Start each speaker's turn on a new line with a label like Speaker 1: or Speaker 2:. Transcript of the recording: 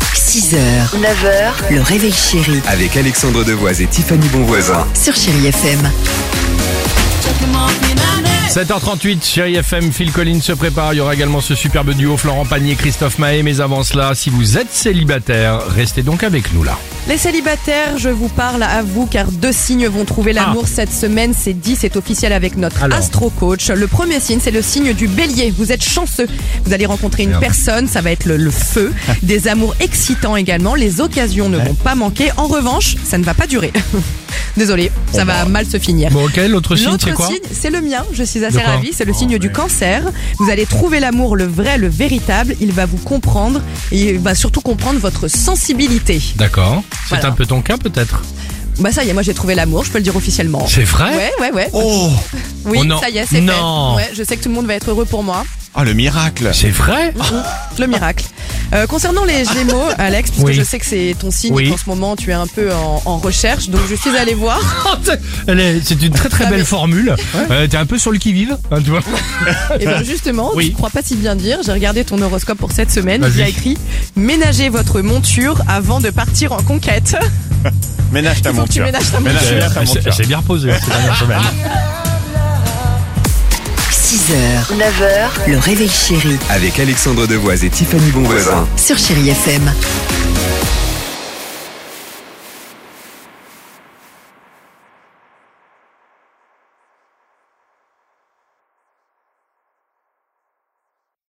Speaker 1: 6h, 9h, le réveil chéri
Speaker 2: Avec Alexandre Devoise et Tiffany Bonvoisin.
Speaker 1: sur Chéri FM.
Speaker 3: 7h38, chérie FM, Phil Collins se prépare. Il y aura également ce superbe duo Florent Pagny et Christophe Mahé. Mais avant cela, si vous êtes célibataire, restez donc avec nous là.
Speaker 4: Les célibataires, je vous parle à vous car deux signes vont trouver
Speaker 1: Ah.
Speaker 4: l'amour cette semaine. C'est dit, c'est officiel avec notre
Speaker 3: Alors.
Speaker 4: astro coach. Le premier signe, c'est le signe du bélier. Vous êtes chanceux. Vous allez rencontrer une
Speaker 3: Merde.
Speaker 4: personne, ça va être le, le feu. Des amours excitants également. Les occasions ne vont pas manquer. En revanche, ça ne va pas durer. Désolé,
Speaker 1: Eh
Speaker 4: ça va
Speaker 1: ben.
Speaker 4: mal se finir.
Speaker 3: Bon, ok, l'autre signe,
Speaker 4: L'autre
Speaker 3: c'est quoi
Speaker 4: signe, c'est le mien. Je suis
Speaker 3: De
Speaker 4: assez
Speaker 3: quoi
Speaker 4: ravie. C'est le
Speaker 3: Oh,
Speaker 4: signe du
Speaker 3: ouais.
Speaker 4: cancer. Vous allez trouver l'amour, le vrai, le véritable. Il va vous comprendre et il va surtout comprendre votre sensibilité.
Speaker 3: D'accord. C'est
Speaker 4: Voilà.
Speaker 3: un peu ton cas, peut-être
Speaker 4: Bah ça y est, moi j'ai trouvé l'amour, je peux le dire officiellement.
Speaker 3: C'est vrai
Speaker 4: Ouais, ouais, ouais.
Speaker 3: Oh
Speaker 4: Oui,
Speaker 3: Oh non.
Speaker 4: ça y est, c'est
Speaker 3: Non.
Speaker 4: fait. Ouais, je sais que tout le monde va être heureux pour moi.
Speaker 2: Ah, le miracle
Speaker 3: C'est vrai
Speaker 4: Le miracle. Euh, concernant les Gémeaux, Alex, parce
Speaker 3: Oui.
Speaker 4: que je sais que c'est ton signe
Speaker 3: Oui.
Speaker 4: et qu'en ce moment tu es un peu en, en recherche, donc je suis allée voir.
Speaker 3: Oh, t'es- elle est- C'est une très très
Speaker 4: Ah,
Speaker 3: belle
Speaker 4: mais-
Speaker 3: formule. Euh, T'es un peu sur le qui-vive, hein, tu vois.
Speaker 4: Et ben justement,
Speaker 3: Oui.
Speaker 4: je crois pas si bien dire, j'ai regardé ton horoscope pour cette semaine,
Speaker 3: Vas-y.
Speaker 4: il y a écrit « Ménagez votre monture avant de partir en conquête
Speaker 5: Ménage ». ta
Speaker 4: Il faut que tu
Speaker 5: monture.
Speaker 4: ménages ta monture.
Speaker 5: Ménage bien ta
Speaker 3: Euh, Elle s'est-
Speaker 5: monture.
Speaker 3: elle s'est bien reposée hein, ces dernières semaines.
Speaker 1: 6h, 9h, le réveil chéri
Speaker 2: Avec Alexandre Devoise et Tiffany Bonvoisin.
Speaker 1: sur Chéri FM.